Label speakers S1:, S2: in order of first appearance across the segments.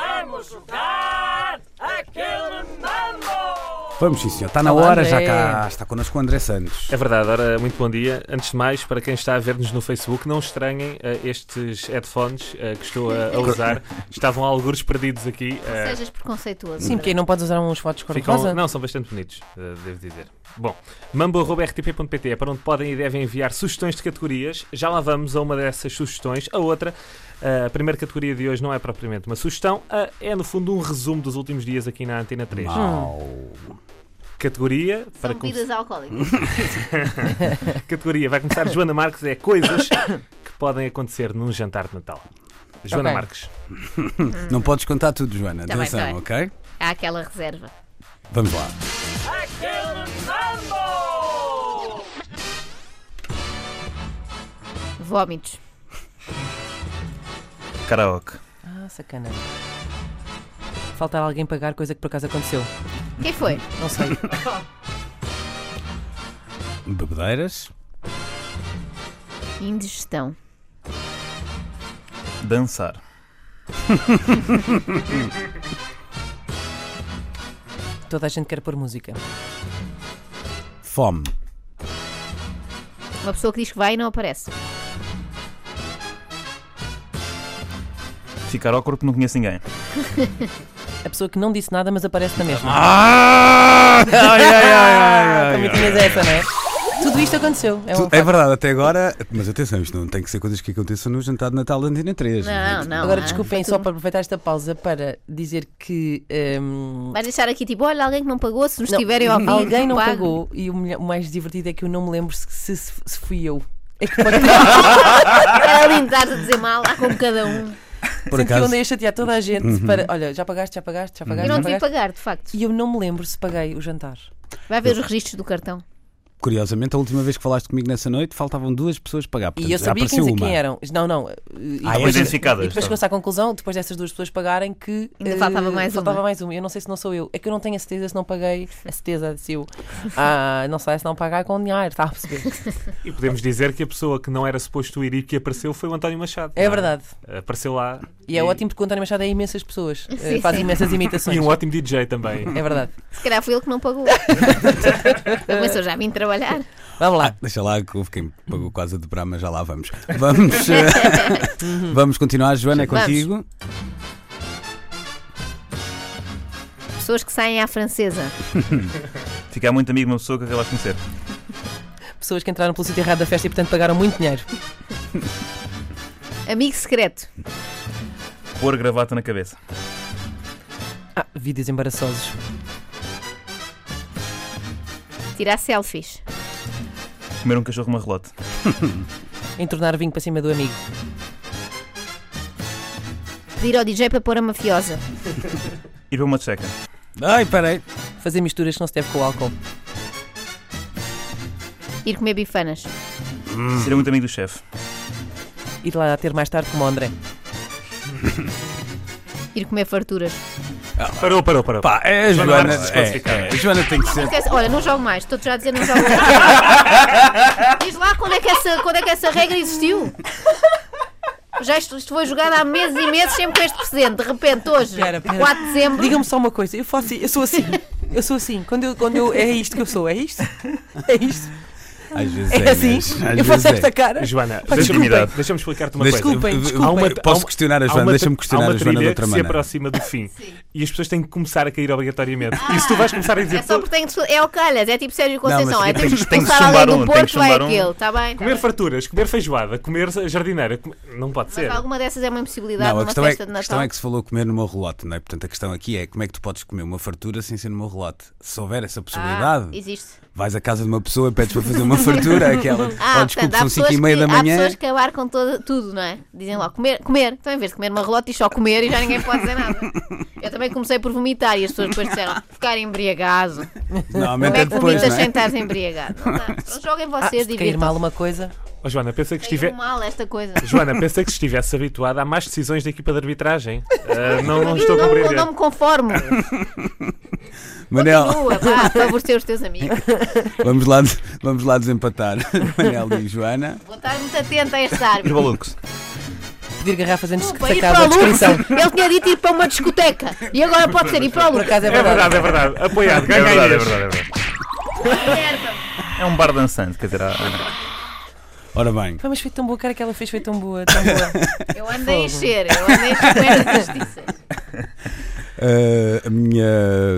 S1: Vamos jogar aquele mambo!
S2: Vamos sim, senhor. Está na
S3: Olá,
S2: hora, já
S3: André.
S2: cá está connosco o André Santos.
S4: É verdade, ora, muito bom dia. Antes de mais, para quem está a ver-nos no Facebook, não estranhem eh, estes headphones eh, que estou a, a usar. Estavam algures perdidos aqui. eh,
S5: Sejas preconceituoso.
S3: Sim, porque aí não podes usar uns fotos cor-de-rosa.
S4: ficam, não, são bastante bonitos, eh, devo dizer. Bom, mambo.rtp.pt é para onde podem e devem enviar sugestões de categorias. Já lá vamos a uma dessas sugestões. A outra, eh, a primeira categoria de hoje não é propriamente uma sugestão, eh, é no fundo um resumo dos últimos dias aqui na Antena
S3: Hum.
S4: 3.
S2: Mau.
S4: Categoria, para
S5: São bebidas alcoólicas.
S4: categoria. Vai começar Joana Marques, é coisas que podem acontecer num jantar de Natal. Joana
S3: Ok.
S4: Marques.
S2: Não podes contar tudo, Joana.
S5: Tá bem,
S2: Atenção,
S5: tá bem.
S2: ok?
S5: Há aquela reserva.
S2: Vamos lá.
S1: Aquele mambo!
S5: Vómitos.
S6: Karaoke.
S3: Ah, sacana. Faltar alguém pagar coisa que por acaso aconteceu.
S5: Quem foi?
S3: Não sei.
S2: Bebedeiras.
S5: Indigestão.
S6: Dançar.
S3: Toda a gente quer pôr música.
S2: Fome.
S5: Uma pessoa que diz que vai e não aparece.
S6: Ficar ao corpo não conheço ninguém.
S3: A pessoa que não disse nada, mas aparece na mesma.
S2: Ah! Ai, ai,
S3: Ah, também tinhas essa, não é? Tudo isto aconteceu. É um
S2: É
S3: facto.
S2: verdade, até agora. Mas atenção, isto não tem que ser coisas que aconteçam no jantar de Natal da Antena é? 3.
S5: Não, não.
S3: Agora
S5: ah,
S3: desculpem,
S2: Tá
S5: foi
S3: só
S5: tudo.
S3: para aproveitar esta pausa para dizer que. hum,
S5: Vai deixar aqui tipo, olha, alguém que não pagou, se nos
S3: não,
S5: tiverem ao vivo.
S3: Alguém não
S5: pague.
S3: pagou e o melhor- o mais divertido é que eu não me lembro se, se- se fui eu. É que pode
S5: Ela lindo, estás a dizer mal, há como cada um.
S2: Por
S3: Sempre que eu
S2: acaso, Uhum.
S3: andei a chatear toda a gente para. Olha, já pagaste, já pagaste, já pagaste.
S5: Eu
S3: já
S5: não devia
S3: pagaste.
S5: pagar, de facto.
S3: E eu não me lembro se paguei o jantar.
S5: Vai ver os registros do cartão.
S2: curiosamente, a última vez que falaste comigo nessa noite, faltavam duas pessoas para pagar. Portanto,
S3: e eu
S2: já
S3: sabia quem,
S2: apareceu uma.
S3: quem eram. Não, não. eh, E
S2: Ah,
S3: depois,
S2: é
S6: identificadas,
S3: e depois
S6: tá.
S3: chegou-se à conclusão, depois dessas duas pessoas pagarem, que.
S5: Ainda
S3: eh,
S5: faltava mais
S3: faltava
S5: uma.
S3: mais uma. Eu não sei se não sou eu. É que eu não tenho a certeza se não paguei. A certeza se eu. Ah, não sei se não pagar com dinheiro, está a perceber?
S4: E podemos dizer que a pessoa que não era suposto ir e que apareceu foi o António Machado.
S3: É
S4: não
S3: verdade.
S4: Apareceu lá.
S3: E é ótimo porque o António Machado é imensas pessoas. eh,
S5: Sim,
S3: faz
S5: sim.
S3: imensas imitações.
S4: E um ótimo DJ também.
S3: É verdade.
S5: Se calhar foi ele que não pagou. Também sou já vim trabalhar.
S3: Vamos
S4: Ah.
S3: lá.
S2: Ah, Deixa lá que houve quem pagou quase a dobrar, mas já lá vamos. Vamos, eh, vamos continuar, Joana, é
S5: Vamos.
S2: contigo.
S5: Pessoas que saem à francesa.
S6: Ficar muito amigo de uma pessoa que acabas de conhecer.
S3: Pessoas que entraram pelo sítio errado da festa e, portanto, pagaram muito dinheiro.
S5: Amigo secreto.
S6: Pôr gravata na cabeça.
S3: Ah, vídeos embaraçosos.
S5: Tirar selfies.
S6: Comer um cachorro marrelote.
S3: Entornar vinho para cima do amigo.
S5: Pedir ao DJ para pôr a mafiosa.
S6: Ir para uma checa.
S2: Ai, peraí.
S3: Fazer misturas que não se deve com o álcool.
S5: Ir comer bifanas.
S6: Ser muito amigo do chefe.
S3: Ir lá ter mais tarde como o André.
S5: Ir comer farturas.
S4: Parou, parou, parou.
S2: Pá, é a
S4: Joana
S2: Joana.
S4: Marques
S2: É,
S4: desclassificada.
S2: é, a Joana tem que ser.
S5: Esquece- Olha, não jogo mais. Estou já a dizer não jogo mais. Diz lá quando é que essa, quando é que essa regra existiu. Já isto, isto foi jogado há meses e meses sempre com este precedente. De repente, hoje,
S3: Espera, espera.
S5: 4 de dezembro,
S3: Diga-me só uma coisa, eu faço eu sou assim. Eu sou assim. Quando eu, quando eu, é isto que eu sou, é isto? É isto?
S2: Às vezes
S3: É
S2: é,
S3: assim?
S2: mas às
S3: Eu faço
S2: vezes é.
S3: esta cara?
S4: Joana,
S3: Pá,
S4: deixa-me
S3: desculpem.
S4: deixa explicar-te uma
S2: Deixa-
S4: coisa.
S3: Desculpem,
S2: eu- eu-
S3: desculpem.
S2: há uma-
S4: Há uma-
S2: Posso questionar a
S4: há
S2: Joana?
S4: uma-
S2: Deixa-me
S4: há
S2: questionar a
S4: uma
S2: Joana de
S4: trilha
S2: outra
S4: que se
S2: maneira.
S4: aproxima do fim. E as pessoas têm que começar a cair obrigatoriamente. E se tu vais começar a dizer
S5: é só porque tem que. É o calhas, é tipo Sérgio
S2: mas
S5: Conceição. é
S2: tem-
S5: temos que
S6: tem que
S5: expulsar
S6: chumbar
S5: alguém
S6: um,
S5: do
S6: tem que
S5: Porto, vai
S6: chumbar um.
S5: aquele. Está bem? tá
S4: comer
S5: bem.
S4: farturas, comer feijoada, comer jardineira, come- não pode ser.
S5: Mas alguma dessas é uma impossibilidade
S2: Não, a
S5: numa
S2: questão, é,
S5: festa de
S2: a questão
S5: Natal.
S2: é que se falou comer numa relote, não é? Portanto, a questão aqui é como é que tu podes comer uma fartura sem ser numa relote. Se houver essa
S5: Ah,
S2: possibilidade,
S5: existe.
S2: vais à casa de uma pessoa, pedes para fazer uma fartura, aquela.
S5: Ah,
S2: oh,
S5: portanto,
S2: desculpe,
S5: há
S2: são 5 e
S5: pessoas
S2: meia
S5: que-
S2: da
S5: Há
S2: manhã.
S5: pessoas que acabar com todo, tudo, não é? Dizem lá, comer, comer. Então, em vez de comer uma relota, diz só comer e já ninguém pode dizer nada. Eu também comecei por vomitar e as pessoas depois disseram, ficar embriagado. Como
S2: Normalmente
S5: é
S2: é
S5: que
S2: depois,
S5: vomitas
S2: não
S5: sem
S2: é?
S5: estar embriagado? Não dá. Então joguem
S3: Ah,
S5: vocês,
S3: se cair
S5: divirtam-se.
S3: mal uma coisa,
S4: Oh, Joana, pensa que
S5: Caiu
S4: estiver.
S5: mal esta coisa.
S4: Joana, pensa que se estivesse habituada a mais decisões da equipa de arbitragem. Ah, não, não estou a
S5: não,
S4: compreender.
S5: não me conformo.
S2: Manel,
S5: Continua, vá, favorecer os teus amigos.
S2: vamos lá, vamos lá desempatar. Manel e Joana.
S5: Vou estar muito atenta a este árbitro.
S6: Ir balucos.
S3: pedir garrafas antes que
S5: Desculpa, ir
S3: sacasse
S5: para
S3: a
S5: o Lux.
S3: descrição.
S5: Ele tinha dito ir para uma discoteca. E agora pode ser ir para o
S3: Por
S5: Lux.
S3: acaso é
S4: É
S3: verdade.
S4: verdade, é verdade. Apoiado,
S6: É
S4: ganha
S6: verdade, é
S4: Inês.
S6: verdade, é verdade. É um bar dançante, quer dizer, há- há-
S2: Ora bem,
S3: Foi, mas foi tão boa, cara, que ela fez, foi tão boa, tão boa.
S5: Eu ando a encher. Eu ando a encher justiça.
S2: eh, a minha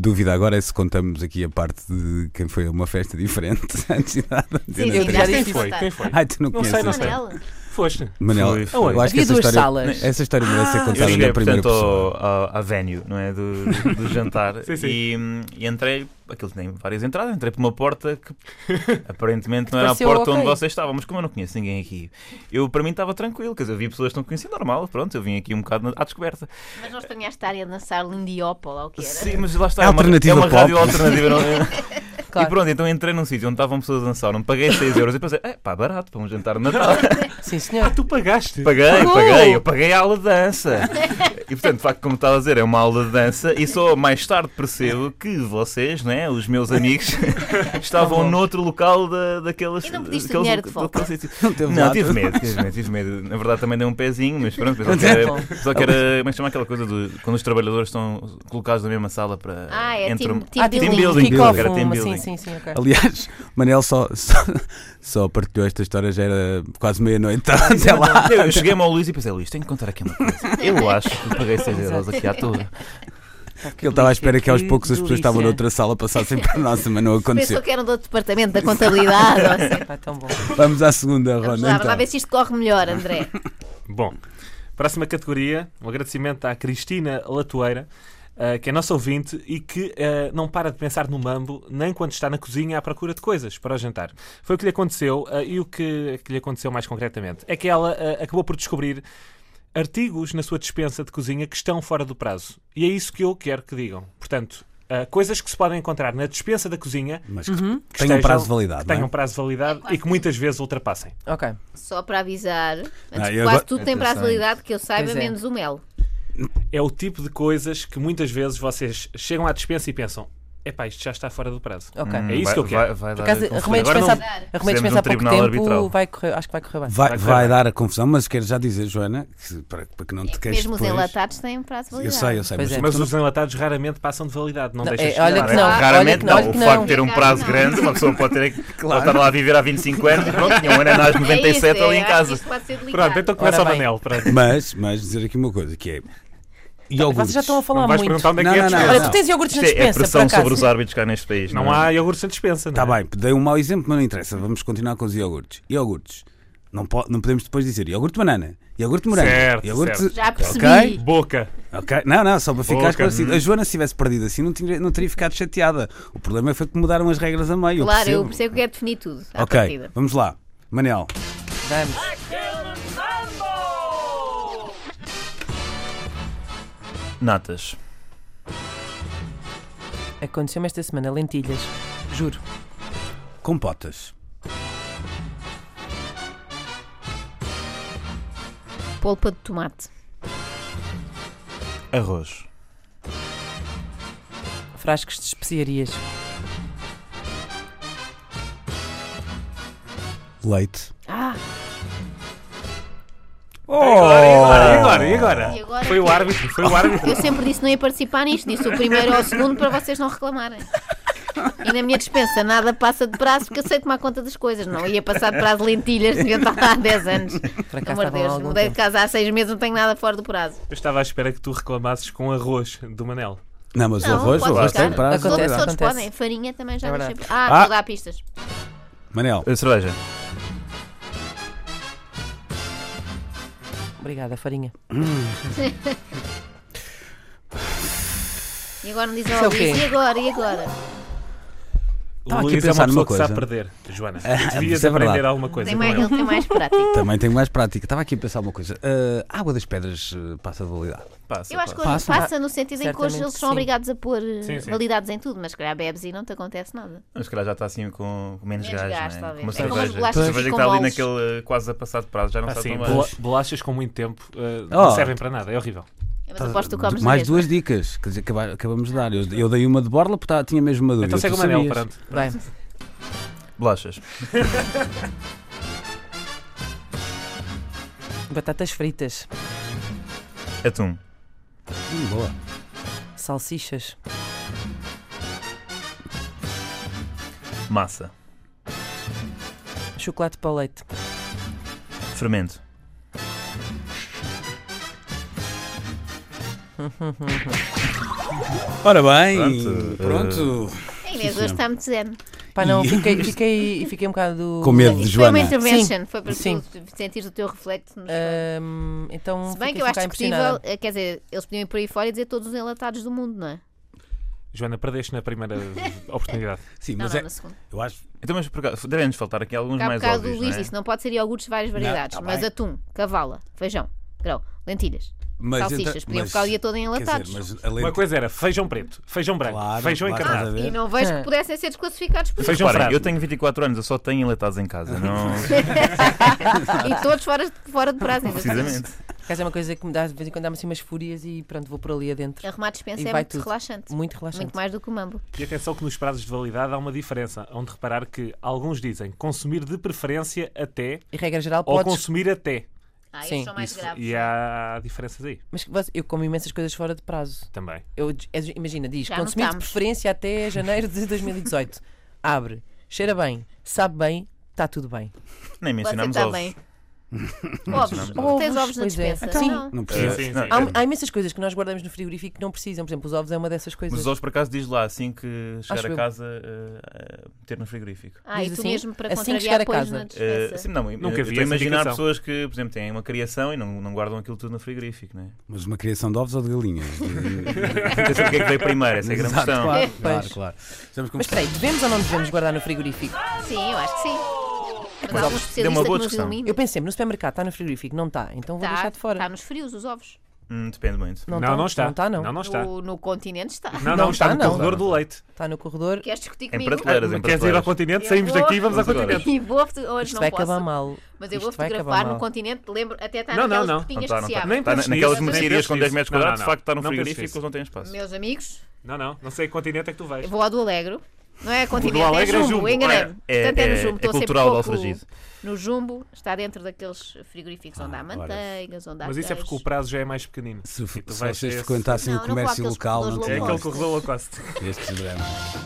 S2: dúvida agora é se contamos aqui a parte de quem foi a uma festa diferente antes de nada.
S5: Sim,
S3: Eu
S5: sim,
S3: já
S5: tens
S4: Quem
S5: de
S4: foi?
S5: votar.
S4: Quem foi?
S2: Ai, tu não,
S4: Não sei,
S2: conheces.
S4: não sei.
S5: Manela.
S4: Foste.
S2: Manel,
S6: Foi, foi.
S2: eu acho que
S3: Havia
S2: essa
S3: duas
S2: história,
S3: salas.
S2: essa história merece ser
S6: Eu
S2: contada
S6: cheguei,
S2: na primeira
S6: portanto,
S2: pessoa.
S6: ao, ao- à venue, não é? Do, do- do jantar.
S4: Sim, sim.
S6: E, hum, e entrei, aquilo tem várias entradas, entrei por uma porta que aparentemente não era a
S3: pareceu
S6: porta onde
S3: ok.
S6: vocês estavam, mas como eu não conheço ninguém aqui, eu para mim estava tranquilo, quer dizer, eu vi pessoas que não conhecia normal, pronto, eu vim aqui um bocado na- à descoberta.
S5: Mas nós também estar a dançar Lindy Hop, ou lá o que era.
S6: Sim, mas lá está,
S2: É
S6: é uma,
S2: alternativa
S6: é uma
S2: pop.
S6: rádio alternativa. não- é? E
S3: Claro.
S6: pronto, então entrei num sítio onde estavam pessoas a dançar, não paguei 6 euros e pensei, é pá, barato para um jantar de Natal.
S3: Sim, senhor.
S4: Ah, Tu pagaste.
S6: Paguei, paguei, eu paguei a aula de dança. E portanto, de facto, como estava a dizer, é uma aula de dança e só mais tarde percebo que vocês, né, os meus amigos, estavam noutro local da, daquelas.
S5: E não pediste o
S6: daqueles
S5: dinheiro
S6: lo-
S5: de volta?
S6: daquele sítio.
S2: teve
S6: Não,
S2: nada.
S6: tive medo, tive medo, tive medo. Na verdade, também dei um pezinho, mas pronto, pensava que
S3: Não
S6: era. Só que era como é que se chama aquela coisa do, quando os trabalhadores estão colocados na mesma sala para.
S5: Ah, é
S6: entre
S5: team,
S6: um-
S5: team
S6: team
S5: building.
S6: building.
S3: Kick-off,
S6: Era team
S3: um-
S6: building.
S3: Sim, sim, sim, ok.
S2: Aliás, Manel só, só, só partilhou esta história, já era quase meia-noite,
S5: Ah,
S2: estava até é lá.
S6: Eu cheguei-me ao Luís e pensei, Luís, tenho que contar aqui uma coisa. Eu acho que paguei 6 euros aqui à toa.
S2: Ele estava à espera que aos poucos as pessoas estavam
S3: delícia.
S2: noutra sala passassem para a nossa, mas não aconteceu.
S5: Pensou que eram do outro departamento da contabilidade. ou assim.
S3: Pá, tão bom.
S2: Vamos à segunda
S5: Vamos
S2: ronda.
S5: lá, vamos lá
S2: Então.
S5: ver se isto corre melhor, André.
S4: Bom, próxima categoria, um agradecimento à Cristina Latoeira, eh, que é nossa ouvinte e que eh, não para de pensar no mambo nem quando está na cozinha à procura de coisas para o jantar. Foi o que lhe aconteceu eh, e o que, que lhe aconteceu mais concretamente é que ela eh, acabou por descobrir artigos na sua despensa de cozinha que estão fora do prazo. E é isso que eu quero que digam. Portanto, eh, coisas que se podem encontrar na despensa da cozinha
S2: Mas
S5: Uhum.
S4: que
S2: tem um
S4: estejam-
S2: prazo de validade.
S4: que
S2: não é?
S4: tenham prazo de validade e que muitas vezes ultrapassem.
S3: Ok.
S5: Só para avisar, antes
S2: Ah,
S5: que
S2: eu
S5: quase
S2: agora-
S5: tudo tem prazo de
S6: Atenção.
S5: validade que eu saiba,
S3: Pois é.
S5: menos o mel.
S4: é o tipo de coisas que muitas vezes vocês chegam à dispensa e pensam: epá, isto já está fora do prazo.
S3: Ok.
S4: É isso que eu quero.
S6: Vai,
S3: Por
S6: vai dar
S3: acaso,
S6: conflito.
S3: arrumei
S6: Agora não-
S3: dispensa
S5: não-
S3: arrumei
S6: fizemos
S3: dispensa
S6: um
S3: há pouco
S6: tribunal
S3: tempo,
S6: arbitral.
S3: vai correr, acho que vai correr bem.
S2: Vai,
S4: Vai
S2: vai
S4: correr.
S2: dar a confusão, mas quero já dizer, Joana, que, para, para que não te queixes
S5: Mesmo os
S2: depois-
S5: enlatados têm prazo de
S2: Eu
S5: validade.
S2: sei, eu sei,
S3: Pois
S2: mas,
S3: é.
S4: Mas
S2: tu não-
S4: os enlatados raramente passam de validade, não
S3: Não,
S4: deixas
S3: é, olha
S4: chegar.
S3: que não.
S6: um Raramente
S3: olha que
S6: não.
S3: não,
S6: O
S3: olha que
S6: facto
S3: não.
S6: de ter um prazo grande, uma pessoa pode ter que pode estar lá a viver há 25 anos e pronto, tinha um ananás
S5: É isso,
S6: 97 ali
S5: eu
S6: em
S5: acho que
S6: casa.
S5: isto pode ser delicado.
S4: Pronto, então começa o
S3: Ora bem.
S4: Manel. pronto.
S2: mas, mas dizer aqui uma coisa, que é... Iogurtes.
S3: Tá Vocês já estão a falar
S4: Não vais
S3: muito.
S4: perguntar onde é que
S2: Não,
S4: é a
S2: não, não.
S4: dispensa.
S3: Olha, tu tens iogurtes na
S6: Isto é, é
S3: dispensa, por
S6: pressão sobre os
S3: acaso.
S6: árbitros cá neste país.
S4: Não,
S6: é?
S4: há iogurtes na dispensa.
S2: Está
S4: não é?
S2: bem, dei um mau exemplo, mas não interessa, vamos continuar com os iogurtes. Iogurtes. Não, po- não podemos depois dizer iogurte de banana, iogurte de morango,
S4: Certo,
S2: iogurte...
S4: certo.
S5: Já percebi.
S2: Ok.
S4: Boca.
S2: Ok, não, não, só para ficar
S4: Boca,
S2: esclarecido.
S4: hum.
S2: A Joana, se tivesse perdido assim, não, tinha, não teria ficado chateada. O problema foi que mudaram as regras a meio.
S5: Claro,
S2: eu
S5: eu
S2: percebo.
S5: percebo que é definir tudo. À
S2: Ok,
S5: partida.
S2: vamos lá. Manel,
S3: Vamos.
S1: Killin' Mambo!
S6: Natas.
S3: Aconteceu-me esta semana lentilhas. Juro.
S2: compotas.
S5: Polpa de tomate.
S6: Arroz.
S3: Frascos de especiarias.
S2: Leite.
S5: Ah,
S4: E agora? E
S5: e
S4: agora?
S5: agora?
S4: Foi o árbitro, foi o árbitro.
S5: Eu sempre disse que não ia participar nisto. Disse o primeiro ou o segundo para vocês não reclamarem. E na minha dispensa nada passa de prazo porque eu sei tomar conta das coisas. Não ia passar de prazo de lentilhas, devia estar lá há 10 anos.
S3: Por acaso estavam
S5: Amor de
S3: lá há
S5: Deus,
S3: algum
S5: mudei de
S3: tempo.
S5: casa há 6 meses, não tenho nada fora do prazo.
S4: Eu estava à espera que tu reclamasses com arroz do Manel.
S2: Não, mas o
S5: Não,
S2: arroz, o
S5: pode
S2: arroz
S5: ficar.
S2: tem prazo.
S5: Todos,
S3: Acontece,
S5: todos
S3: acontece.
S5: podem. Farinha também já
S3: É
S5: deixei.
S3: verdade.
S5: Ah,
S2: Ah.
S5: vou dar pistas.
S2: Manel,
S6: Uh, Cerveja.
S3: Obrigada, farinha.
S5: E agora não
S3: Isso
S5: dizem
S3: é o
S5: ao
S3: quê?
S5: Luís. E agora? E agora?
S4: O
S2: Estava aqui a
S4: Luís é
S2: pensar
S4: uma
S2: numa
S4: pessoa que sabe
S2: coisa.
S4: perder, Joana.
S2: Ah,
S4: Devias
S2: isso é verdade.
S4: aprender alguma coisa
S5: Tem
S4: com
S5: mais,
S4: ele.
S5: ele tem mais prática.
S2: também tenho mais prática. Estava aqui a pensar uma coisa. Ah, água das pedras ah, passa de validade.
S6: Passa.
S5: Eu acho que
S6: passa.
S5: hoje
S2: Passa.
S5: passa, no sentido em que hoje
S3: Certamente
S5: eles são
S3: sim.
S5: obrigados a pôr eh,
S4: Sim, sim.
S5: validades em tudo, mas se calhar bebes e não te acontece nada.
S6: Mas se calhar já está assim com com menos
S5: Menos
S6: gás,
S5: gás,
S6: não é?
S5: talvez. É como
S6: Como a
S5: as
S6: cerveja. a
S5: bolachas
S6: cerveja que
S5: com
S6: está ali
S5: moles.
S6: naquele eh, quase a passar de prazo, já não
S4: Ah,
S6: sabe é.
S4: sim,
S6: tão
S4: bola-
S6: bem.
S4: bolachas com muito tempo eh,
S2: Oh.
S4: não servem para nada, é horrível.
S5: Mas aposto que tu comes na
S2: Tá, mais
S5: mesma.
S2: duas dicas que acaba- acabamos de dar. Eu, eu dei uma de borla porque tá- tinha mesmo uma dúvida.
S4: Então segue
S2: Tu
S4: o Manel,
S2: sabias.
S4: pronto.
S3: Bem,
S6: Bolachas.
S3: batatas fritas.
S6: Atum.
S2: Hum, boa.
S3: Salsichas.
S6: Massa.
S3: Chocolate para o leite.
S6: Fermento.
S2: Ora bem,
S6: Pronto,
S2: pronto. eh,
S5: A Inês É hoje está muito zen.
S3: Pá, não,
S2: E-
S3: fiquei, fiquei, fiquei um bocado.
S2: Com medo de
S5: Isto foi uma
S2: Joana.
S5: intervention, foi para
S3: Sim.
S5: tu sentires o teu reflexo nos
S3: Ahm, então,
S5: Se bem
S3: fiquei
S5: que eu acho
S3: ficar
S5: discutível,
S3: impressionada.
S5: eh, quer dizer, eles podiam ir por aí fora e dizer todos os enlatados do mundo, não é?
S4: Joana, perdeste na primeira oportunidade.
S2: Sim,
S5: Não,
S2: mas
S5: não,
S2: é,
S5: na segunda.
S2: eu acho.
S6: Então, mas por acaso, devem-nos faltar aqui alguns
S5: Cá
S6: mais
S5: bocado o
S6: óbvios,
S5: Luís
S6: não é?
S5: disse, não pode ser iogurtes de várias variedades,
S2: tá
S5: mas
S2: bem.
S5: atum, cavala, feijão, grão, lentilhas,
S2: Mas
S5: salsichas,
S2: então-
S5: podiam
S2: mas-
S5: ficar o dia todo em
S2: Quer dizer,
S5: enlatados. Ah,
S2: mas a lente,
S4: Uma coisa era feijão preto, feijão branco,
S2: claro,
S4: feijão
S2: claro,
S4: encarnado.
S2: estás a
S5: E
S2: ver?
S5: não vejo
S3: É.
S5: que pudessem ser desclassificados por isso.
S4: Feijão
S6: Reparem,
S4: frado.
S6: eu tenho 24 anos, eu só tenho enlatados em casa. Não,
S5: E todos fora, fora de prazo. ainda
S6: precisamente.
S3: Por acaso é uma coisa que me dá de vez em quando dá-me assim umas fúrias e pronto, vou por ali adentro.
S5: Arrumar dispensa
S3: E
S5: é
S3: vai
S5: muito
S3: tudo.
S5: relaxante.
S3: Muito relaxante.
S5: Muito mais do que o mambo.
S4: E atenção que nos prazos de validade há uma diferença, onde reparar que alguns dizem consumir de preferência até
S3: E regra geral,
S4: ou
S3: podes.
S4: consumir até.
S5: Ah,
S3: Sim.
S5: eles são mais
S4: Isso-
S5: graves.
S4: e há diferenças aí
S3: Mas que você- eu como imensas coisas fora de prazo.
S4: também.
S3: Eu, des- é- imagina, diz,
S5: Já
S3: consumir de
S5: notámos.
S3: preferência até janeiro de 2018. Abre, cheira bem, sabe bem, está tudo bem.
S6: Nem
S5: Você
S6: mencionamos
S5: está
S6: ovos.
S5: bem. Ovos.
S3: Ovos,
S5: Tens ovos na
S3: pois é.
S5: dispensa?
S3: Sim.
S5: Não.
S2: Não
S6: Eh,
S2: precisa.
S4: sim,
S6: não,
S4: sim.
S3: Há,
S5: um
S6: eh,
S3: há imensas coisas que nós guardamos no frigorífico que não precisam. Por exemplo, os ovos é uma dessas
S6: Mas
S3: coisas.
S6: os ovos, por acaso, diz lá, assim que chegar
S3: Acho
S6: a
S3: eu.
S6: casa, eh, eh, meter no frigorífico.
S5: Ah, e
S3: Diz
S5: tu
S3: assim,
S5: mesmo para
S3: assim que chegar
S5: contrariar
S3: a
S5: pões
S3: casa.
S5: na
S6: Eh,
S5: dispensa.
S6: sim, não, eu-
S4: Nunca
S6: eu
S4: vi
S6: estou a
S4: essa
S6: imaginar
S4: indicação.
S6: pessoas que, por exemplo, têm uma criação e não, não guardam aquilo tudo no frigorífico, não é?
S2: Mas uma criação de ovos ou de galinhas?
S6: Não sei o que é que veio primeiro, essa é a grande
S2: Exato,
S6: questão.
S2: claro,
S3: Pois.
S5: É,
S2: claro, claro. Estamos com
S3: Mas espera aí, devemos ou não devemos guardar no frigorífico?
S5: Sim, eu acho que sim. Mas
S6: Mas
S5: há um
S6: ovos, deu uma
S5: especialista
S6: boa
S5: que nos
S6: discussão.
S5: ilumina.
S3: Eu pensei, no supermercado está no frigorífico, não está, então
S5: Tá,
S3: vou deixar de fora.
S5: Está nos frios os ovos.
S6: Hum, depende muito.
S3: Não,
S4: Não, não,
S3: tá,
S4: está.
S3: Não está, não.
S4: Não, está.
S5: No, no continente está.
S4: Não,
S3: Não
S4: não, está
S3: está,
S4: no
S3: não.
S4: corredor do leite.
S3: Está no corredor.
S5: Queres discutir
S6: Em
S5: comigo?
S6: prateleiras, em
S4: Queres ir ao
S6: prateleiras.
S4: continente?
S5: Eu
S4: Saímos
S5: vou.
S4: daqui e vamos ao
S6: Vamos agora.
S4: continente.
S5: E vou, foto- hoje
S3: Isto
S5: não
S3: vai
S5: posso.
S3: acabar mal.
S5: Mas eu
S3: Isto
S5: vou
S3: vai acabar
S5: fotografar no
S3: mal.
S5: continente, lembro, até está
S4: Não,
S5: naquelas
S4: não, não.
S5: botinhas
S6: Não
S5: que
S6: tá,
S5: se
S6: não tá.
S5: abrem.
S6: Está na-
S4: penses
S6: naquelas
S4: nisso, nem
S6: mercearias
S4: penses
S6: com 10
S4: nisso.
S6: metros
S4: Não, não,
S6: quadrados, de
S4: não.
S6: facto está no
S4: Não penses
S6: frigorífico,
S4: nisso.
S6: eles não têm espaço.
S5: Meus amigos,
S4: Não, não. Não sei que continente é que tu vais.
S5: eu vou ao do Alegro. Não é continente, é
S4: Alegre é
S5: jumbo,
S4: Jumbo,
S5: enganei-me.
S6: é-
S5: Portanto, é no
S6: é-
S5: jumbo.
S6: é
S5: Estou sempre
S6: cultural do
S5: pouco
S6: Alfragido.
S5: No jumbo, está dentro daqueles frigoríficos onde há manteigas, onde há
S4: Ah, Mas isso é porque o
S5: queijo.
S4: prazo já é mais pequenino.
S2: Se,
S4: E tu
S2: se
S4: vais a
S2: vocês
S4: esse-
S2: frequentassem
S5: Não,
S2: o
S5: não vou
S2: comércio
S5: àqueles
S2: local, não
S5: corredores
S4: É
S5: Eu
S4: aquele
S5: gosto.
S2: tinham
S4: corredor low cost.
S2: estes dramas.